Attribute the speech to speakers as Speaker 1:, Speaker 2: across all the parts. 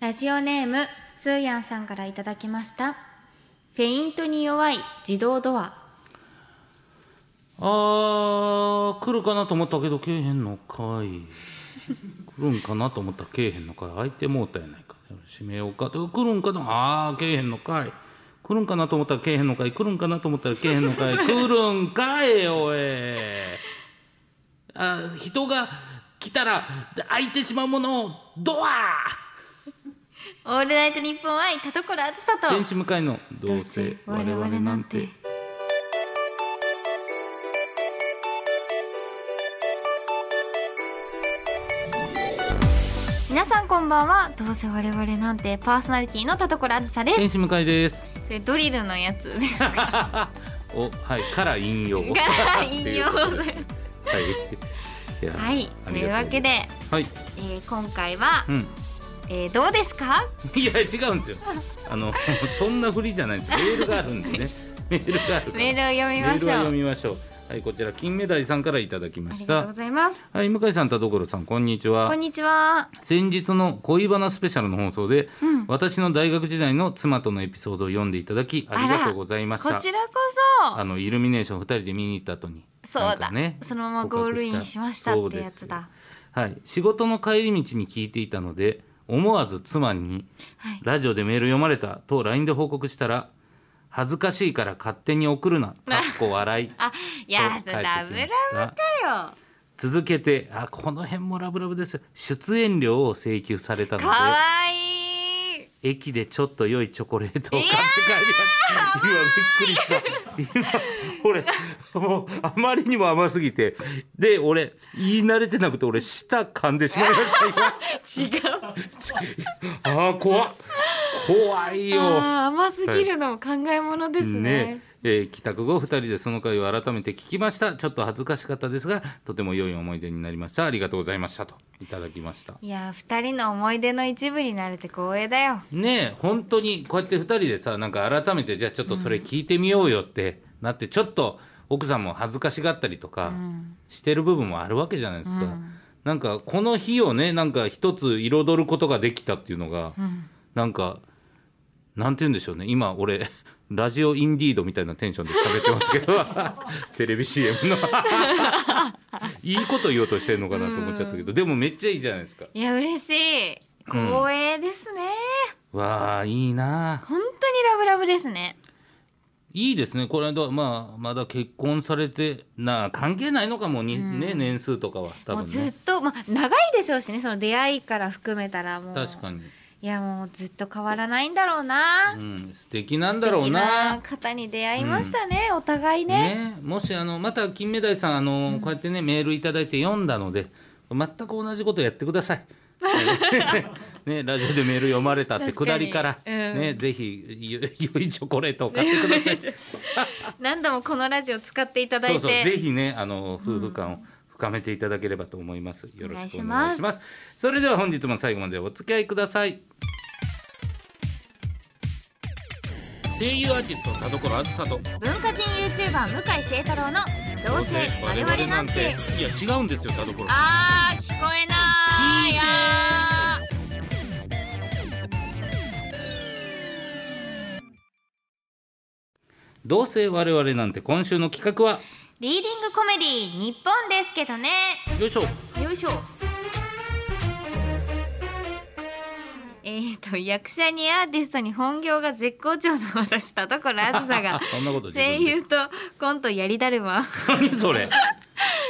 Speaker 1: ラジオネームスーヤンさんからいただきましたフェイントに弱い自動ドア
Speaker 2: あー来るかなと思ったけどけえへんのかい来るんかなと思ったらけえへんのかい開いてもうたやないか閉めようかと来るんかなあーけえへんのかい来るんかなと思ったらけえへんのかい来るんかなと思ったらけえへんのかい来るんかいおいあ人が来たら開いてしまうものをドア
Speaker 1: オールナイトニッポン愛田所あずさと
Speaker 2: 電池向かいのどうせ我々なんて
Speaker 1: 皆さんこんばんはどうせ我々なんてパーソナリティの田所あずさです
Speaker 2: 電池向かいです
Speaker 1: それドリルのやつです
Speaker 2: おはいから引用
Speaker 1: から引用
Speaker 2: はい。いや
Speaker 1: はい
Speaker 2: あ
Speaker 1: と
Speaker 2: り
Speaker 1: いう
Speaker 2: が
Speaker 1: わ
Speaker 2: と
Speaker 1: けで、
Speaker 2: うはい。
Speaker 1: えー今回は、
Speaker 2: うん。
Speaker 1: えーどうですか
Speaker 2: いや違うんですよ。あの そんなふりじゃないんです。メールがあるんでね。メールがあるから。
Speaker 1: メールを読み
Speaker 2: メ
Speaker 1: ま
Speaker 2: ールは
Speaker 1: しょ
Speaker 2: 読
Speaker 1: う
Speaker 2: みましょう。はいこちら金目鯛さんからいただきま
Speaker 1: あり
Speaker 2: し
Speaker 1: がとうご
Speaker 2: た。
Speaker 1: ざいます
Speaker 2: はい向井さん田所さんこんにち
Speaker 1: こ
Speaker 2: は
Speaker 1: ん。にちは
Speaker 2: 先日の恋バナスペシャルの放送で、
Speaker 1: うん
Speaker 2: 私の大学時代の妻とのエピソードを読んでいただきありがとうございまし
Speaker 1: こ
Speaker 2: た。
Speaker 1: ちらこ
Speaker 2: あのイルミネーション二人で見に行った後に。
Speaker 1: そそう
Speaker 2: なん
Speaker 1: だ、
Speaker 2: かね
Speaker 1: そのままゴールインしましたってやつだ。
Speaker 2: はい、仕事の帰り道に聞いていたので思わず妻に
Speaker 1: はい
Speaker 2: 「ラジオでメール読まれた」と LINE で報告したら「恥ずかしいから勝手に 送るな」かっこ笑い
Speaker 1: あいやそれラブラブ
Speaker 2: ブ
Speaker 1: だよ
Speaker 2: 続けてあこの辺もラブラブですよ出演料を請求されたの
Speaker 1: か
Speaker 2: で
Speaker 1: わいい
Speaker 2: 駅でちょっと良いチョコレートを買って帰りました今びっくりした今俺もうあまりにも甘すぎてで俺言い慣れてなくて俺舌噛んでしまいまし
Speaker 1: 違
Speaker 2: た今
Speaker 1: う
Speaker 2: あー怖っ怖いよ
Speaker 1: あー甘すぎるのも考えものですね
Speaker 2: えー帰宅後2人でその会を改めて聞きましたちょっと恥ずかしかったですがとても良い思い出になりましたありがとうございましたといただきました
Speaker 1: いや二人の思い出の一部になれて光栄だよ
Speaker 2: ねえ本当にこうやって2人でさなんか改めてじゃあちょっとそれ聞いてみようよってなってちょっと奥さんも恥ずかしがったりと
Speaker 1: う
Speaker 2: か
Speaker 1: ん
Speaker 2: してる部分もあるわけじゃないですか、
Speaker 1: うん
Speaker 2: なんかこの日をねなんか一つ彩ることができたっていうのが、
Speaker 1: うん
Speaker 2: なんかなんて言うんでしょうね今俺ラジオインディードみたいなテンションで喋ってますけ どテレビ CM の いいこと言おうとしてるのかなと思っちゃったけどでもめっちゃいいじゃないですか
Speaker 1: いや嬉しい
Speaker 2: うん
Speaker 1: 光栄ですね、
Speaker 2: わあいいなあ
Speaker 1: 本当にラブラブですね
Speaker 2: いいですねこれはまあまだ結婚されてなあ関係ないのかもに、
Speaker 1: うん
Speaker 2: ね年数とかは多
Speaker 1: もう
Speaker 2: 分
Speaker 1: ずっ
Speaker 2: ね
Speaker 1: とまあ長いでしょうしねその出会いから含めたらもう
Speaker 2: 確かに、
Speaker 1: いやもうずっと変わらないんだろうな、
Speaker 2: うん、素敵なんだろうな
Speaker 1: 素敵方に出会いましたね、お互いね
Speaker 2: ねもしあのまた金目鯛さんあの、こうやってねメールいただいて読んだので全く同じことやってくだ さい。ね、ラジオでメール読まれたって
Speaker 1: 確か
Speaker 2: く
Speaker 1: に
Speaker 2: だりから、
Speaker 1: うん
Speaker 2: ね、ぜひよ良いチョコレートを買ってく ださい。
Speaker 1: 何度もこのラジオ使っていただい
Speaker 2: そ
Speaker 1: て
Speaker 2: うそうぜひねあの夫婦間を深めていただければと思います。よろしくお願いし
Speaker 1: お願いし
Speaker 2: ま。
Speaker 1: ます
Speaker 2: それでは本日も最後までお付き合いください。声優アーティスト田所あずさと
Speaker 1: 文化人 YouTuber 向井聖太郎の「どうせ我々なんて
Speaker 2: いや違うんですよ田所」
Speaker 1: あー聞こえないや
Speaker 2: どうせ我々なんて今週の企画は
Speaker 1: ーリーディングコメディー日本ですけどね
Speaker 2: よいしょ
Speaker 1: よいしょえー、と役者にアーティストに本業が絶好調の私田所あずさが
Speaker 2: そんなこと自
Speaker 1: 声
Speaker 2: 分で
Speaker 1: 優とコントやりだるま
Speaker 2: 何それ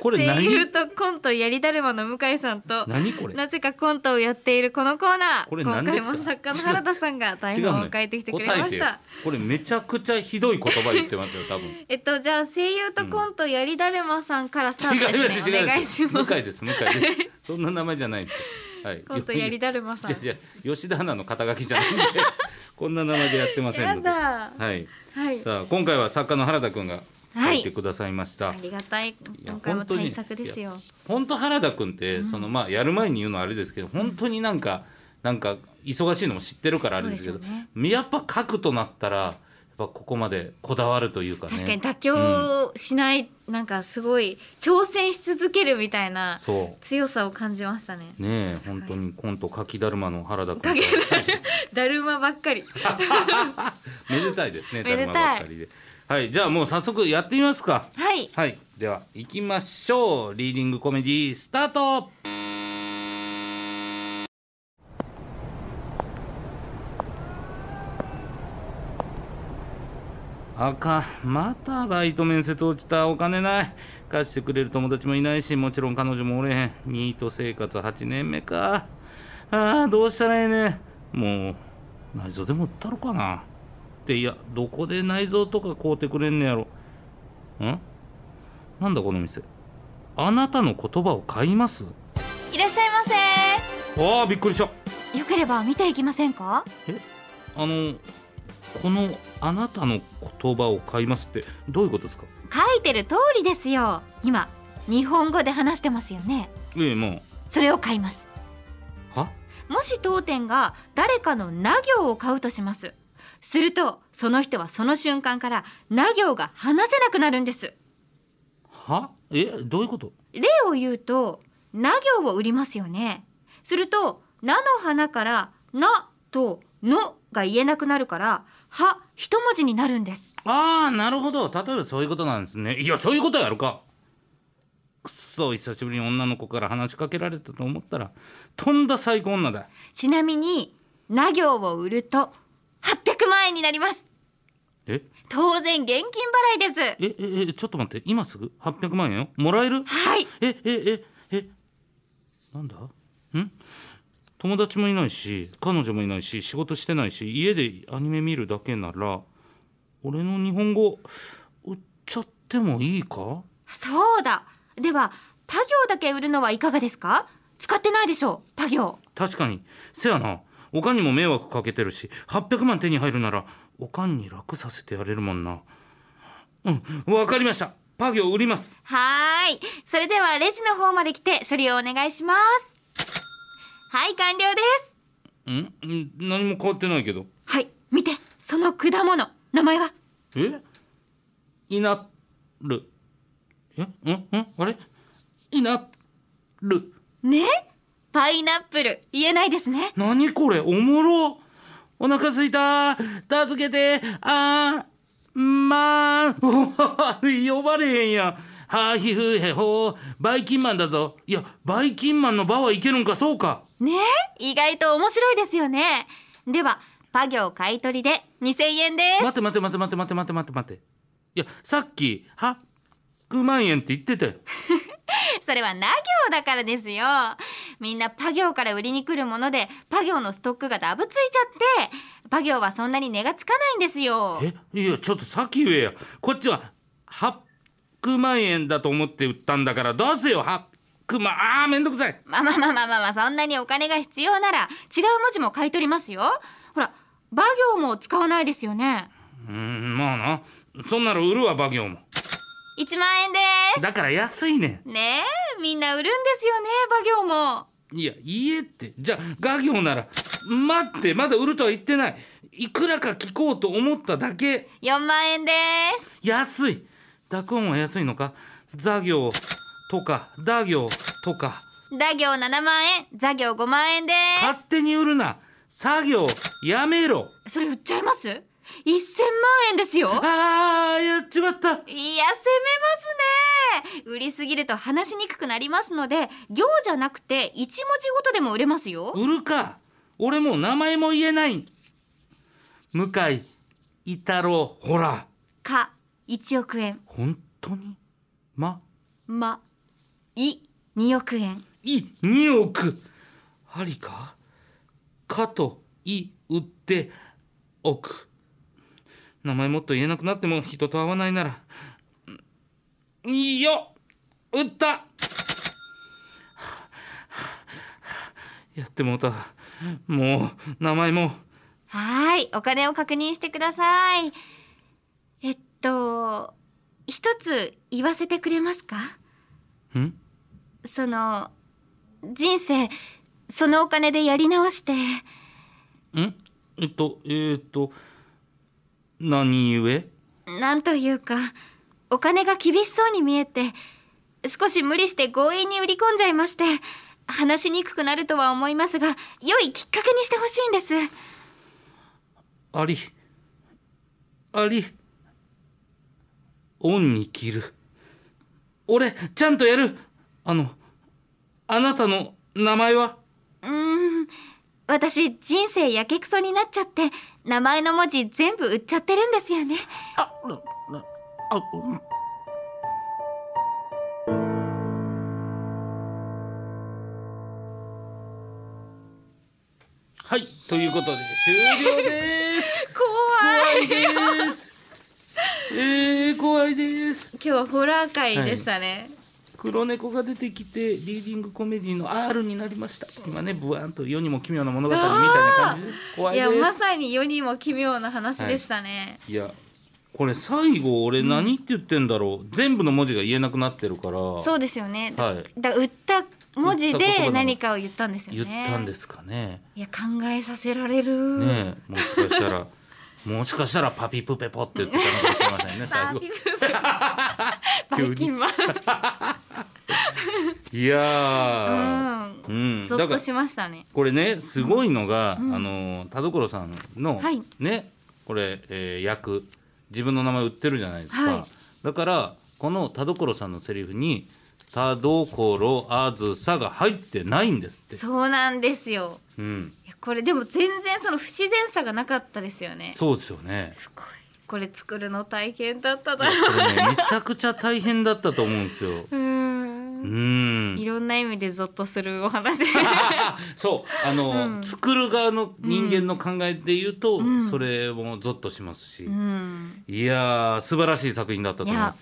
Speaker 2: これ
Speaker 1: 声優
Speaker 2: 何
Speaker 1: とコントやりだるまの向井さんと
Speaker 2: 何これ
Speaker 1: なぜかコントをやっているこのコーナー
Speaker 2: これ
Speaker 1: 今
Speaker 2: 何
Speaker 1: 回
Speaker 2: ですか
Speaker 1: も作家の原田さんが台本を書いてきてくれま
Speaker 2: 答え
Speaker 1: して
Speaker 2: よ
Speaker 1: た
Speaker 2: これめちゃくちゃひどい言葉言ってますよ多分
Speaker 1: えっとじゃあ声優とコントやりだるまさんからスタート
Speaker 2: 違いま
Speaker 1: ですすね、
Speaker 2: 違
Speaker 1: お願いします
Speaker 2: 向井です向井ですそんな名前じゃないんですはい
Speaker 1: コントやりだるまさ
Speaker 2: じゃ
Speaker 1: ん
Speaker 2: じゃ吉田アナの肩書きじゃないんで こんな名前でやってません
Speaker 1: や
Speaker 2: ので
Speaker 1: だ
Speaker 2: はい
Speaker 1: はい
Speaker 2: さあ今回は作家の原田くんが書いてくださいました、
Speaker 1: ありがたい
Speaker 2: や
Speaker 1: 今回も
Speaker 2: 本当に
Speaker 1: 対策ですよ
Speaker 2: 本当原田君って、そのまあやる前に言うのはあれですけど本当になんかなんか忙しいのも知ってるからあれですけど
Speaker 1: そうですよ
Speaker 2: やっぱ書くとなったらぱここまでこだわるというかね
Speaker 1: 確かに妥協しない、なんかすごい挑戦し続けるみたいな
Speaker 2: そ
Speaker 1: 強さを感じましたね
Speaker 2: うねえ
Speaker 1: さすが
Speaker 2: 本
Speaker 1: に
Speaker 2: 当にコントかきだるまの原田君と
Speaker 1: かきだだるまばっかり
Speaker 2: めでたいですねだ
Speaker 1: め
Speaker 2: る
Speaker 1: で
Speaker 2: ま
Speaker 1: たい
Speaker 2: ばっかりではいじゃあもう早速やってみますか
Speaker 1: はい
Speaker 2: はいでは行きましょうリーディングコメディスタートあかんまたバイト面接落ちたお金ない貸してくれる友達もいないしもちろん彼女もおれへんニート生活8年目かああどうしたらええねんもう内臓でも売ったろかなっていやどこで内臓とか買うてくれんねやろんなんだこの店あなたの言葉を買います
Speaker 1: いらっしゃいませ
Speaker 2: ああびっくりした
Speaker 1: よければ見ていきませんか
Speaker 2: あのこのあなたの言葉を買いますってどういうことですか
Speaker 1: 書いてる通りですよ今日本語で話してますよね
Speaker 2: ええも
Speaker 1: それを買います
Speaker 2: うは
Speaker 1: もし当店が誰かのな行を買うとしますするとその人はその瞬間からな行が話せなくなるんです
Speaker 2: はえどういうこと
Speaker 1: 例を言うと「な行」を売りますよねすると「な」の花から「な」と「の」が言えなくなるから「は」一文字になるんです
Speaker 2: ああなるほど例えばそういうことなんですねいやそういうことやるかくっそ久しぶりに女の子から話しかけられたと思ったらとんだ最高女だ
Speaker 1: ちなみに「な行」を売ると800万円になります
Speaker 2: え
Speaker 1: 当然現金払いです
Speaker 2: えええちょっと待って今すぐ800万円よもらえる
Speaker 1: はい
Speaker 2: ええええなんだん友達もいないし彼女もいないし仕事してないし家でアニメ見るだけなら俺の日本語売っちゃってもいいか
Speaker 1: そうだでは「他行」だけ売るのはいかがですか使ってないでしょう他行
Speaker 2: 確かにせやなおかんにも迷惑かけてるし800万手に入るならおかんに楽させてやれるもんなうんわかりましたパ行売ります
Speaker 1: はーいそれではレジの方まで来て処理をお願いしますはい完了です
Speaker 2: んん何も変わってないけど
Speaker 1: はい見てその果物名前は
Speaker 2: えいなるえんんあれいなる
Speaker 1: ねパイナップル言えないですね
Speaker 2: 何これおもろお腹すいた助けてあーまーうわ呼ばれへんやはーひふへほーバイキンマンだぞいやバイキンマンの場はいけるんかそうか
Speaker 1: ね意外と面白いですよねではパ行買い取りで2000円です、
Speaker 2: 待て待て待て待て待て待て待て待ていやさっき800万円って言ってたよ
Speaker 1: それはな行だからですよみんなパ行から売りに来るものでパ行のストックがダブついちゃってパ行はそんなに値がつかないんですよ
Speaker 2: えいやちょっと先言えやこっちは800万円だと思って売ったんだから出せよ800万あーめんどくさい
Speaker 1: まあまあまあまあまあ、まあ、そんなにお金が必要なら違う文字も買い取りますよほらバ行も使わないですよね
Speaker 2: うーんまあなそんなの売るわ馬行も
Speaker 1: 1万円です
Speaker 2: だから安いね
Speaker 1: ねえみんな売るんですよね馬行も
Speaker 2: んいや家ってじゃあ画行なら待ってまだ売るとは言ってないいくらか聞こうと思っただけ
Speaker 1: 4万円です
Speaker 2: 安い濁音は安いのか座行とか打行とか
Speaker 1: 打行7万円座行5万円で
Speaker 2: 勝手に売るな作業やめろ
Speaker 1: すそれ売っちゃいます1000万円ですよいや
Speaker 2: あーやっちまった
Speaker 1: 攻めますね売りすぎると話しにくくなりますので行じゃなくて一文字ごとでも売れますよ
Speaker 2: 売るか俺もう名前も言えない向井伊太郎ほら
Speaker 1: か1億円
Speaker 2: 本当にま
Speaker 1: まい2億円
Speaker 2: い2億ありかかとい売っておく名前もっと言えなくなっても人と会わないならんいいよ売ったはあはあやってもうたもう名前も
Speaker 1: はーい、お金を確認してください。えっと、一つ言わせてくれますか
Speaker 2: ん
Speaker 1: その、人生、そのお金でやり直して、
Speaker 2: んえっとえーっと何故
Speaker 1: なんというかお金が厳しそうに見えて少し無理して強引に売り込んじゃいまして話しにくくなるとは思いますが良いきっかけにしてほしいんです
Speaker 2: ありあり恩に着る俺ちゃんとやるあのあなたの名前は
Speaker 1: うーん私人生やけくそになっちゃって名前の文字全部売っちゃってるんですよね
Speaker 2: あななあうんはいということで終了です
Speaker 1: 怖
Speaker 2: 怖いですえー、怖いです
Speaker 1: 今日はホラー会でしたね、
Speaker 2: 黒猫が出てきてリーディングコメディの R になりました今ねブワーンと世にも奇妙な物語みたいな感じで怖い
Speaker 1: い、
Speaker 2: で
Speaker 1: や
Speaker 2: す
Speaker 1: まさに世にも奇妙な話でしたね、
Speaker 2: いやこれ最後俺何って言ってんだろう、全部の文字が言えなくなってるから
Speaker 1: そうですよね、
Speaker 2: はい
Speaker 1: だ売った文字
Speaker 2: 売った言葉な
Speaker 1: で
Speaker 2: の
Speaker 1: 何かを言ったんですよ
Speaker 2: 言
Speaker 1: ね
Speaker 2: ったんですかね
Speaker 1: いや考えさせられる、
Speaker 2: ねえもしかしたら もしかしたらパピプペポって言ってたのかもしれませんね
Speaker 1: バ
Speaker 2: 最
Speaker 1: ー
Speaker 2: 後
Speaker 1: ピプペ バイキンマン
Speaker 2: いやーうん、
Speaker 1: ゾ
Speaker 2: だ
Speaker 1: ッ
Speaker 2: か
Speaker 1: と
Speaker 2: ら
Speaker 1: しましたね
Speaker 2: これねすごいのが、
Speaker 1: うん
Speaker 2: あの田所さんの、
Speaker 1: はい
Speaker 2: ねこれ、えー役自分の名前売ってるじゃないですか、
Speaker 1: はい
Speaker 2: だからこの田所さんのセリフに「田所あずさ」が入ってないんですって、
Speaker 1: そうなんですよ
Speaker 2: うん、
Speaker 1: いやこれでも全然その不自然さがなかったですよね
Speaker 2: そうですよね。
Speaker 1: すごいこれ作るの大変だった
Speaker 2: い
Speaker 1: だ
Speaker 2: や
Speaker 1: ろ
Speaker 2: こ れねめちゃくちゃ大変だったと思うんですよ。
Speaker 1: うう
Speaker 2: う
Speaker 1: ーん
Speaker 2: ん
Speaker 1: い ろんな意味でゾッとするお 話
Speaker 2: そうあの、
Speaker 1: うん
Speaker 2: 作る側の人間の考えで言うと、
Speaker 1: うん
Speaker 2: それもゾッとしますし、
Speaker 1: うん
Speaker 2: いやー素晴らしい作品だったと思います。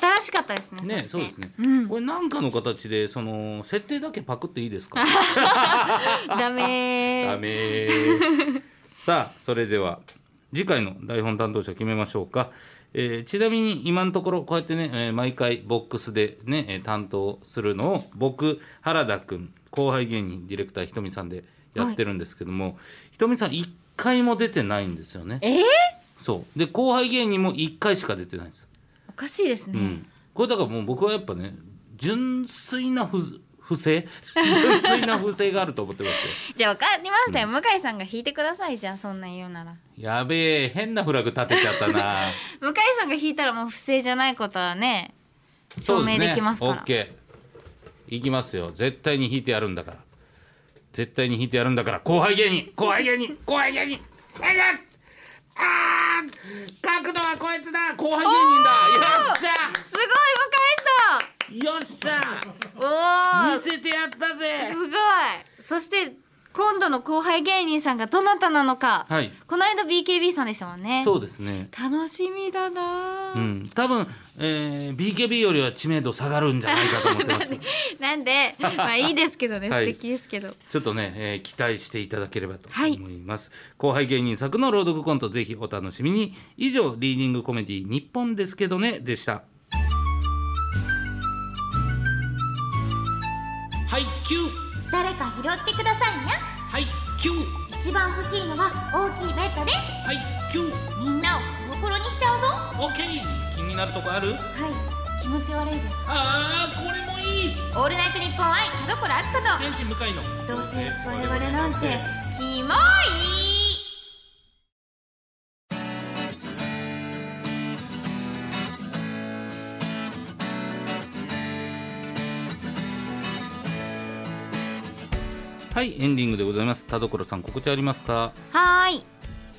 Speaker 1: 新しかったですね
Speaker 2: ね
Speaker 1: して
Speaker 2: そうですね
Speaker 1: うん
Speaker 2: これなんかの形でその設定だけパクっていいですか？
Speaker 1: ダメー
Speaker 2: ダメー。 さあそれでは次回の台本担当者決めましょうか。えーちなみに今のところこうやってね、えー毎回ボックスでねえー担当するのを僕原田くん後輩芸人ディレクターひとみさんでやってるんですけども、ひとみさん一回も出てないんですよね。
Speaker 1: えー、
Speaker 2: そうで後輩芸人も一回しか出てないんです。
Speaker 1: おかしいです
Speaker 2: う
Speaker 1: ね、
Speaker 2: ん、これだからもう僕はやっぱね純粋な不不正 純粋な不正があると思ってますよ
Speaker 1: じゃあ分かりましたよ、向井さんが弾いてくださいじゃあそんなん言うなら
Speaker 2: やべえ変なフラグ立てちゃったな
Speaker 1: 向井さんが弾いたらもう不正じゃないことはね
Speaker 2: そ
Speaker 1: 証
Speaker 2: う
Speaker 1: 明
Speaker 2: すね
Speaker 1: できますから
Speaker 2: OK いきますよ絶対に引いてやるんだから絶対に引いてやるんだから後輩芸人後輩芸人後輩芸人後輩芸人あー書くのはこいつだ後輩
Speaker 1: すご
Speaker 2: 芸人だよっしゃよっしゃ
Speaker 1: い向井さんおお
Speaker 2: 見せてやったぜ
Speaker 1: すごいそして今度の後輩芸人さんがどなたなのか、
Speaker 2: はい
Speaker 1: この間 BKB さんでしたもんね
Speaker 2: そうですね
Speaker 1: 楽しみだな、ぁ
Speaker 2: うん、多分、えー、BKB よりは知名度下がるんじゃないかと思ってます
Speaker 1: なんでまあいいですけどね、
Speaker 2: はい
Speaker 1: 素敵ですけど
Speaker 2: ちょっとね、えー期待していただければと
Speaker 1: はい
Speaker 2: 思います、後輩芸人作の朗読コントぜひお楽しみに以上リーディングコメディ日本ですけどねでしたはいキュー
Speaker 1: 誰か拾ってくださいね
Speaker 2: はいキュー
Speaker 1: 一番欲しいのは大きいベッドです
Speaker 2: はいキュー
Speaker 1: みんなをコロコロにしちゃうぞは
Speaker 2: オッケー気になるとこある
Speaker 1: い気持ち悪いです
Speaker 2: あーこれもいい
Speaker 1: オールナイトニッポン愛田所あずさ
Speaker 2: 天使向かいの
Speaker 1: とどうせ我々なんてキモい
Speaker 2: はいエンディングでございます田所さん告知ありますか
Speaker 1: はーい。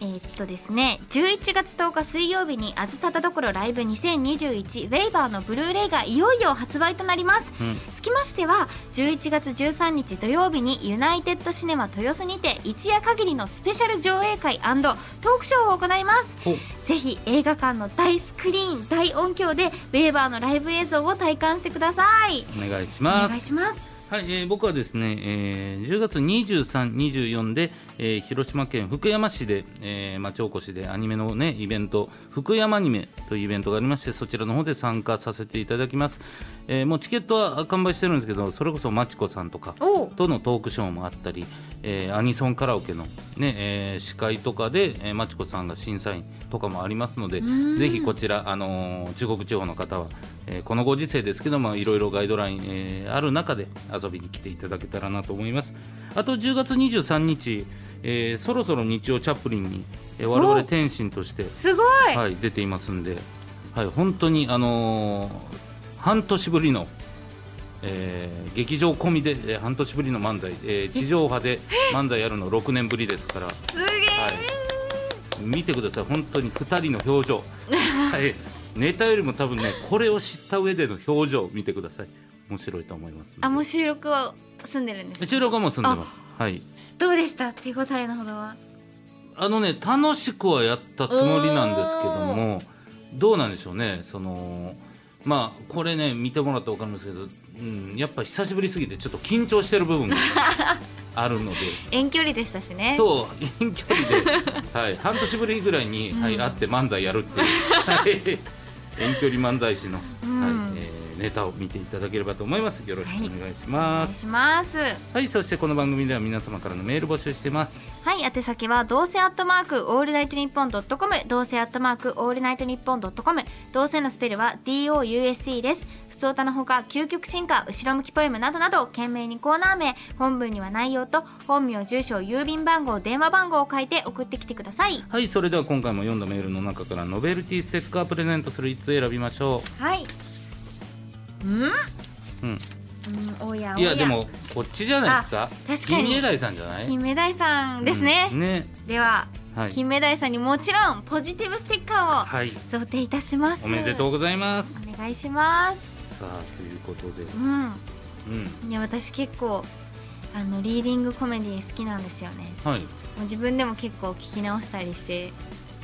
Speaker 1: えーっとですね、11月10日水曜日に「あずたたどころライブ2021ウェイバー」のブルーレイがいよいよ発売となります
Speaker 2: うん
Speaker 1: つきましては11月13日土曜日にユナイテッドシネマ豊洲にて一夜限りのスペシャル上映会トークショーを行います
Speaker 2: ほう
Speaker 1: ぜひ映画館の大スクリーン大音響でウェイバーのライブ映像を体感してください
Speaker 2: お願いし
Speaker 1: お
Speaker 2: ま
Speaker 1: 願い
Speaker 2: す
Speaker 1: します
Speaker 2: はい、えー僕はですね、えー10月23、24で、えー広島県福山市で、えー町おこしでアニメの、ね、イベント、福山アニメというイベントがありまして、そちらの方で参加させていただきます。えーもうチケットは完売してるんですけど、それこそまちこさんとか
Speaker 1: おう
Speaker 2: とのトークショーもあったり、えーアニソンカラオケのねえー司会とかで、えー、まちこさんが審査員とかもありますので
Speaker 1: ん
Speaker 2: ぜひこちら、あのー中国地方の方は、えーこのご時世ですけどもいろいろガイドライン、えーある中で遊びに来ていただけたらなと思いますあと10月23日、えーそろそろ日曜チャップリンに、えー我
Speaker 1: お
Speaker 2: 々天心として、
Speaker 1: すごい、
Speaker 2: はい、出ていますんで、はい、本当に、あのー半年ぶりの、えー劇場込みで、えー半年ぶりの漫才、えー地上波で漫才やるの6年ぶりですから、はい、
Speaker 1: すげえ、
Speaker 2: 見てください本当に2人の 表情、はい、ネタよりも多分ねこれを知った上での表情見てください面白いと思いますんで
Speaker 1: あもう収録を済んでるんです
Speaker 2: 収録はもう済んでますはい
Speaker 1: どうでした手応えのほどは
Speaker 2: あのね楽しくはやったつもりなんですけどもどうなんでしょうねそのまあこれね見てもらって分かるんですけど、うん、やっぱ久しぶりすぎてちょっと緊張してる部 分があるので
Speaker 1: 遠距離でしたしね
Speaker 2: そう遠距離で、はい、半年ぶりぐらいに、はい、会って漫才やるっていう、はい遠距離漫才師の、
Speaker 1: うん
Speaker 2: はいえーネタを見ていただければと思いますよろしくお願いし
Speaker 1: お願
Speaker 2: ま
Speaker 1: い
Speaker 2: す。
Speaker 1: します
Speaker 2: はい、そしてこの番組では皆様からのメール募集してます。
Speaker 1: はい宛先はどうせアットマークオールナイトニッポンドットコムどうせアットマークオールナイトニッポンドットコムどうせのスペルは DOUSE です普通歌のほか究極進化後ろ向きポエムなどなど懸命にコーナー名本文には内容と本名住所郵便番号電話番号を書いて送ってきてください
Speaker 2: はい、それでは今回も読んだメールの中からノベルティステッカープレゼントする1通選びましょ
Speaker 1: はいうん
Speaker 2: う。うん、
Speaker 1: うん、おやおや
Speaker 2: いやでもこっちじゃないですか。
Speaker 1: あ確かに
Speaker 2: 金目鯛さんじゃない？
Speaker 1: 金目鯛さんですね、
Speaker 2: うんね、
Speaker 1: では、
Speaker 2: はい
Speaker 1: 金目鯛さんにもちろんポジティブステッカーを
Speaker 2: はい、
Speaker 1: 贈呈いたします
Speaker 2: おめでとうございます。
Speaker 1: お願いします
Speaker 2: さあということで、
Speaker 1: う
Speaker 2: うん、
Speaker 1: んいや私結構あのリーディングコメディ好きなんですよね
Speaker 2: はい。
Speaker 1: もう自分でも結構聞き直したりして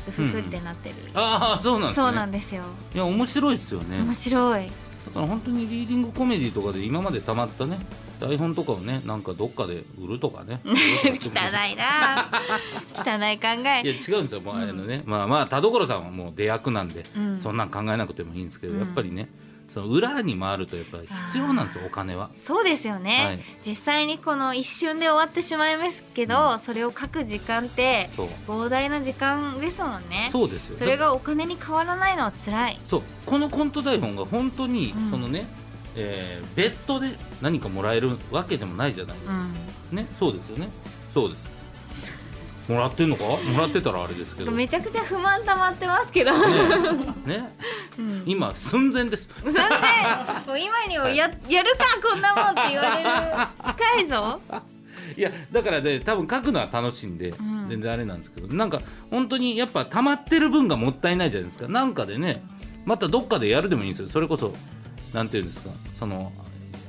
Speaker 1: うふふってなってる、
Speaker 2: ああそうなんですね。
Speaker 1: そうなんですよ
Speaker 2: いや面白いですよね。
Speaker 1: 面白 い
Speaker 2: だから本当にリーディングコメディとかで今までたまったね台本とかをねなんかどっかで売るとかね。
Speaker 1: 汚い な汚い考
Speaker 2: いや
Speaker 1: え
Speaker 2: 違うんですよ、もうあのね、まあまあ田所さんはもう出役なんで、
Speaker 1: うん
Speaker 2: そんなん考えなくてもいいんですけど、
Speaker 1: うん
Speaker 2: やっぱりねその裏に回るとやっぱり必要なんですよお金は。
Speaker 1: そうですよね、
Speaker 2: はい
Speaker 1: 実際にこの一瞬で終わってしまいますけど、それを書く時間って
Speaker 2: そう
Speaker 1: 膨大な時間ですもんね
Speaker 2: そうですよ
Speaker 1: それ
Speaker 2: だ
Speaker 1: がお金に変わらないのは辛い
Speaker 2: そうこのコント台本が本当に、
Speaker 1: うん
Speaker 2: そのね、えー、別途で何かもらえるわけでもないじゃないです
Speaker 1: う
Speaker 2: か、
Speaker 1: ん
Speaker 2: ねそうですよねそうですもらってんのかもらってたらあれですけどね
Speaker 1: めちゃくちゃ不満溜まってますけど、
Speaker 2: ね
Speaker 1: うん
Speaker 2: 今寸前です
Speaker 1: 全然もう今にもや,、やるかこんなもんって言われる近いぞ
Speaker 2: いやだからね多分書くのは楽しいんで、
Speaker 1: ん
Speaker 2: 全然あれなんですけどなんか本当にやっぱ溜まってる分がもったいないじゃないですかなんかでねまたどっかでやるでもいいんですよそれこそなんていうんですかその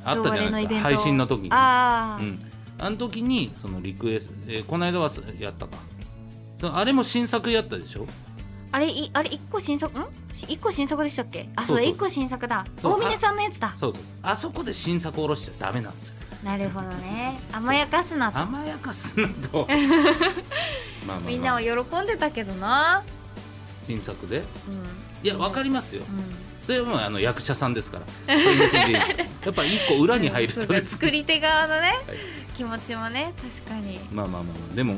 Speaker 2: あったじゃないですか配信の時にあ,、
Speaker 1: あ
Speaker 2: う
Speaker 1: ー、
Speaker 2: ん、あの時にそのリクエスト、えーこの間はやったかそのあれも新作やったでしょ
Speaker 1: あれいあれ一個新作ん一個新作でしたっけあ
Speaker 2: そ
Speaker 1: そうう
Speaker 2: そう
Speaker 1: 一個新作だ
Speaker 2: そう
Speaker 1: 大峰さんのやつだ
Speaker 2: そうそうあそこで新作下ろしちゃダメなんですよ
Speaker 1: なるほどね甘やかすなと
Speaker 2: 甘やかすな とまあまあ、まあ、
Speaker 1: みんなは喜んでたけどな
Speaker 2: 新作で
Speaker 1: うん
Speaker 2: いやわかりますよ、
Speaker 1: うん
Speaker 2: それはもうあの役者さんですから。そういう意味で やっぱ一個裏に入る
Speaker 1: そう
Speaker 2: と
Speaker 1: か
Speaker 2: です
Speaker 1: 作り手側のね、
Speaker 2: はい
Speaker 1: 気持ちもね確かに
Speaker 2: まあまあまあまあでも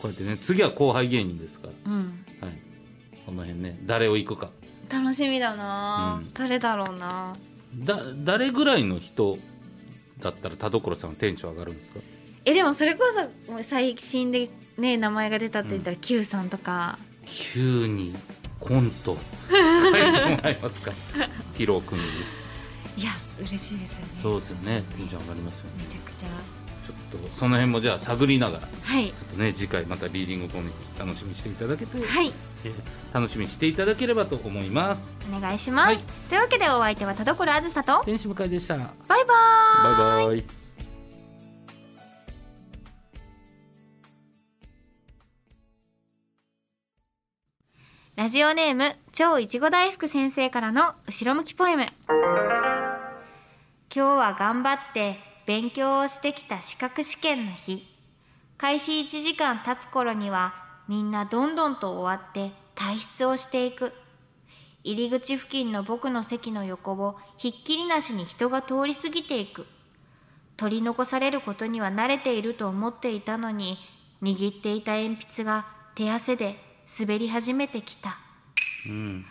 Speaker 2: こうやってね次は後輩芸人ですか
Speaker 1: うん
Speaker 2: ら。はい。この辺ね誰を行くか。
Speaker 1: 楽しみだな、
Speaker 2: うん
Speaker 1: 誰だろうな
Speaker 2: だ誰ぐらいの人だったら田所さんはテンション上がるんですか。
Speaker 1: えでもそれこそもう最新でね名前が出たって言ったら Q さんとか、
Speaker 2: 急にコント書いてもらえますか。 ヒロ君に。
Speaker 1: いや嬉しいですよね
Speaker 2: そうですよね。テンション上がりますよ
Speaker 1: め。
Speaker 2: ね
Speaker 1: ちゃくちゃ
Speaker 2: ちょっとその辺もじゃあ探りながらちょ
Speaker 1: はい
Speaker 2: っとね次回またリーディングコメディ楽しみにしていただけて。
Speaker 1: はい
Speaker 2: えー楽しみにしていただければと思います
Speaker 1: お願いします、
Speaker 2: はい
Speaker 1: というわけでお相手は田所あずさと
Speaker 2: 天使向井でしたバイ
Speaker 1: バイバーイ
Speaker 2: バイ
Speaker 1: ラジオネーム超いちご大福先生からの後ろ向きポエム今日は頑張って勉強をしてきた資格試験の日開始1時間経つ頃にはみんなどんどんと終わって退出をしていく入り口付近の僕の席の横をひっきりなしに人が通り過ぎていく取り残されることには慣れていると思っていたのに握っていた鉛筆が手汗で滑り始めてきた
Speaker 2: うん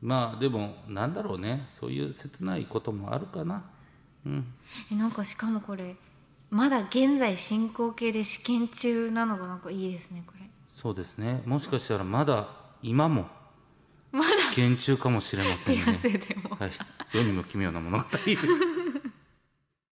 Speaker 2: まあでもなんだろうねそういう切ないこともあるかなうん
Speaker 1: えなんかしかもこれまだ現在進行形で試験中なのがなんかいいですねこれ
Speaker 2: そうですねもしかしたらまだ今も
Speaker 1: まだ
Speaker 2: 試験中かもしれません
Speaker 1: 手
Speaker 2: ね
Speaker 1: 汗でも
Speaker 2: はい世にも奇妙な物語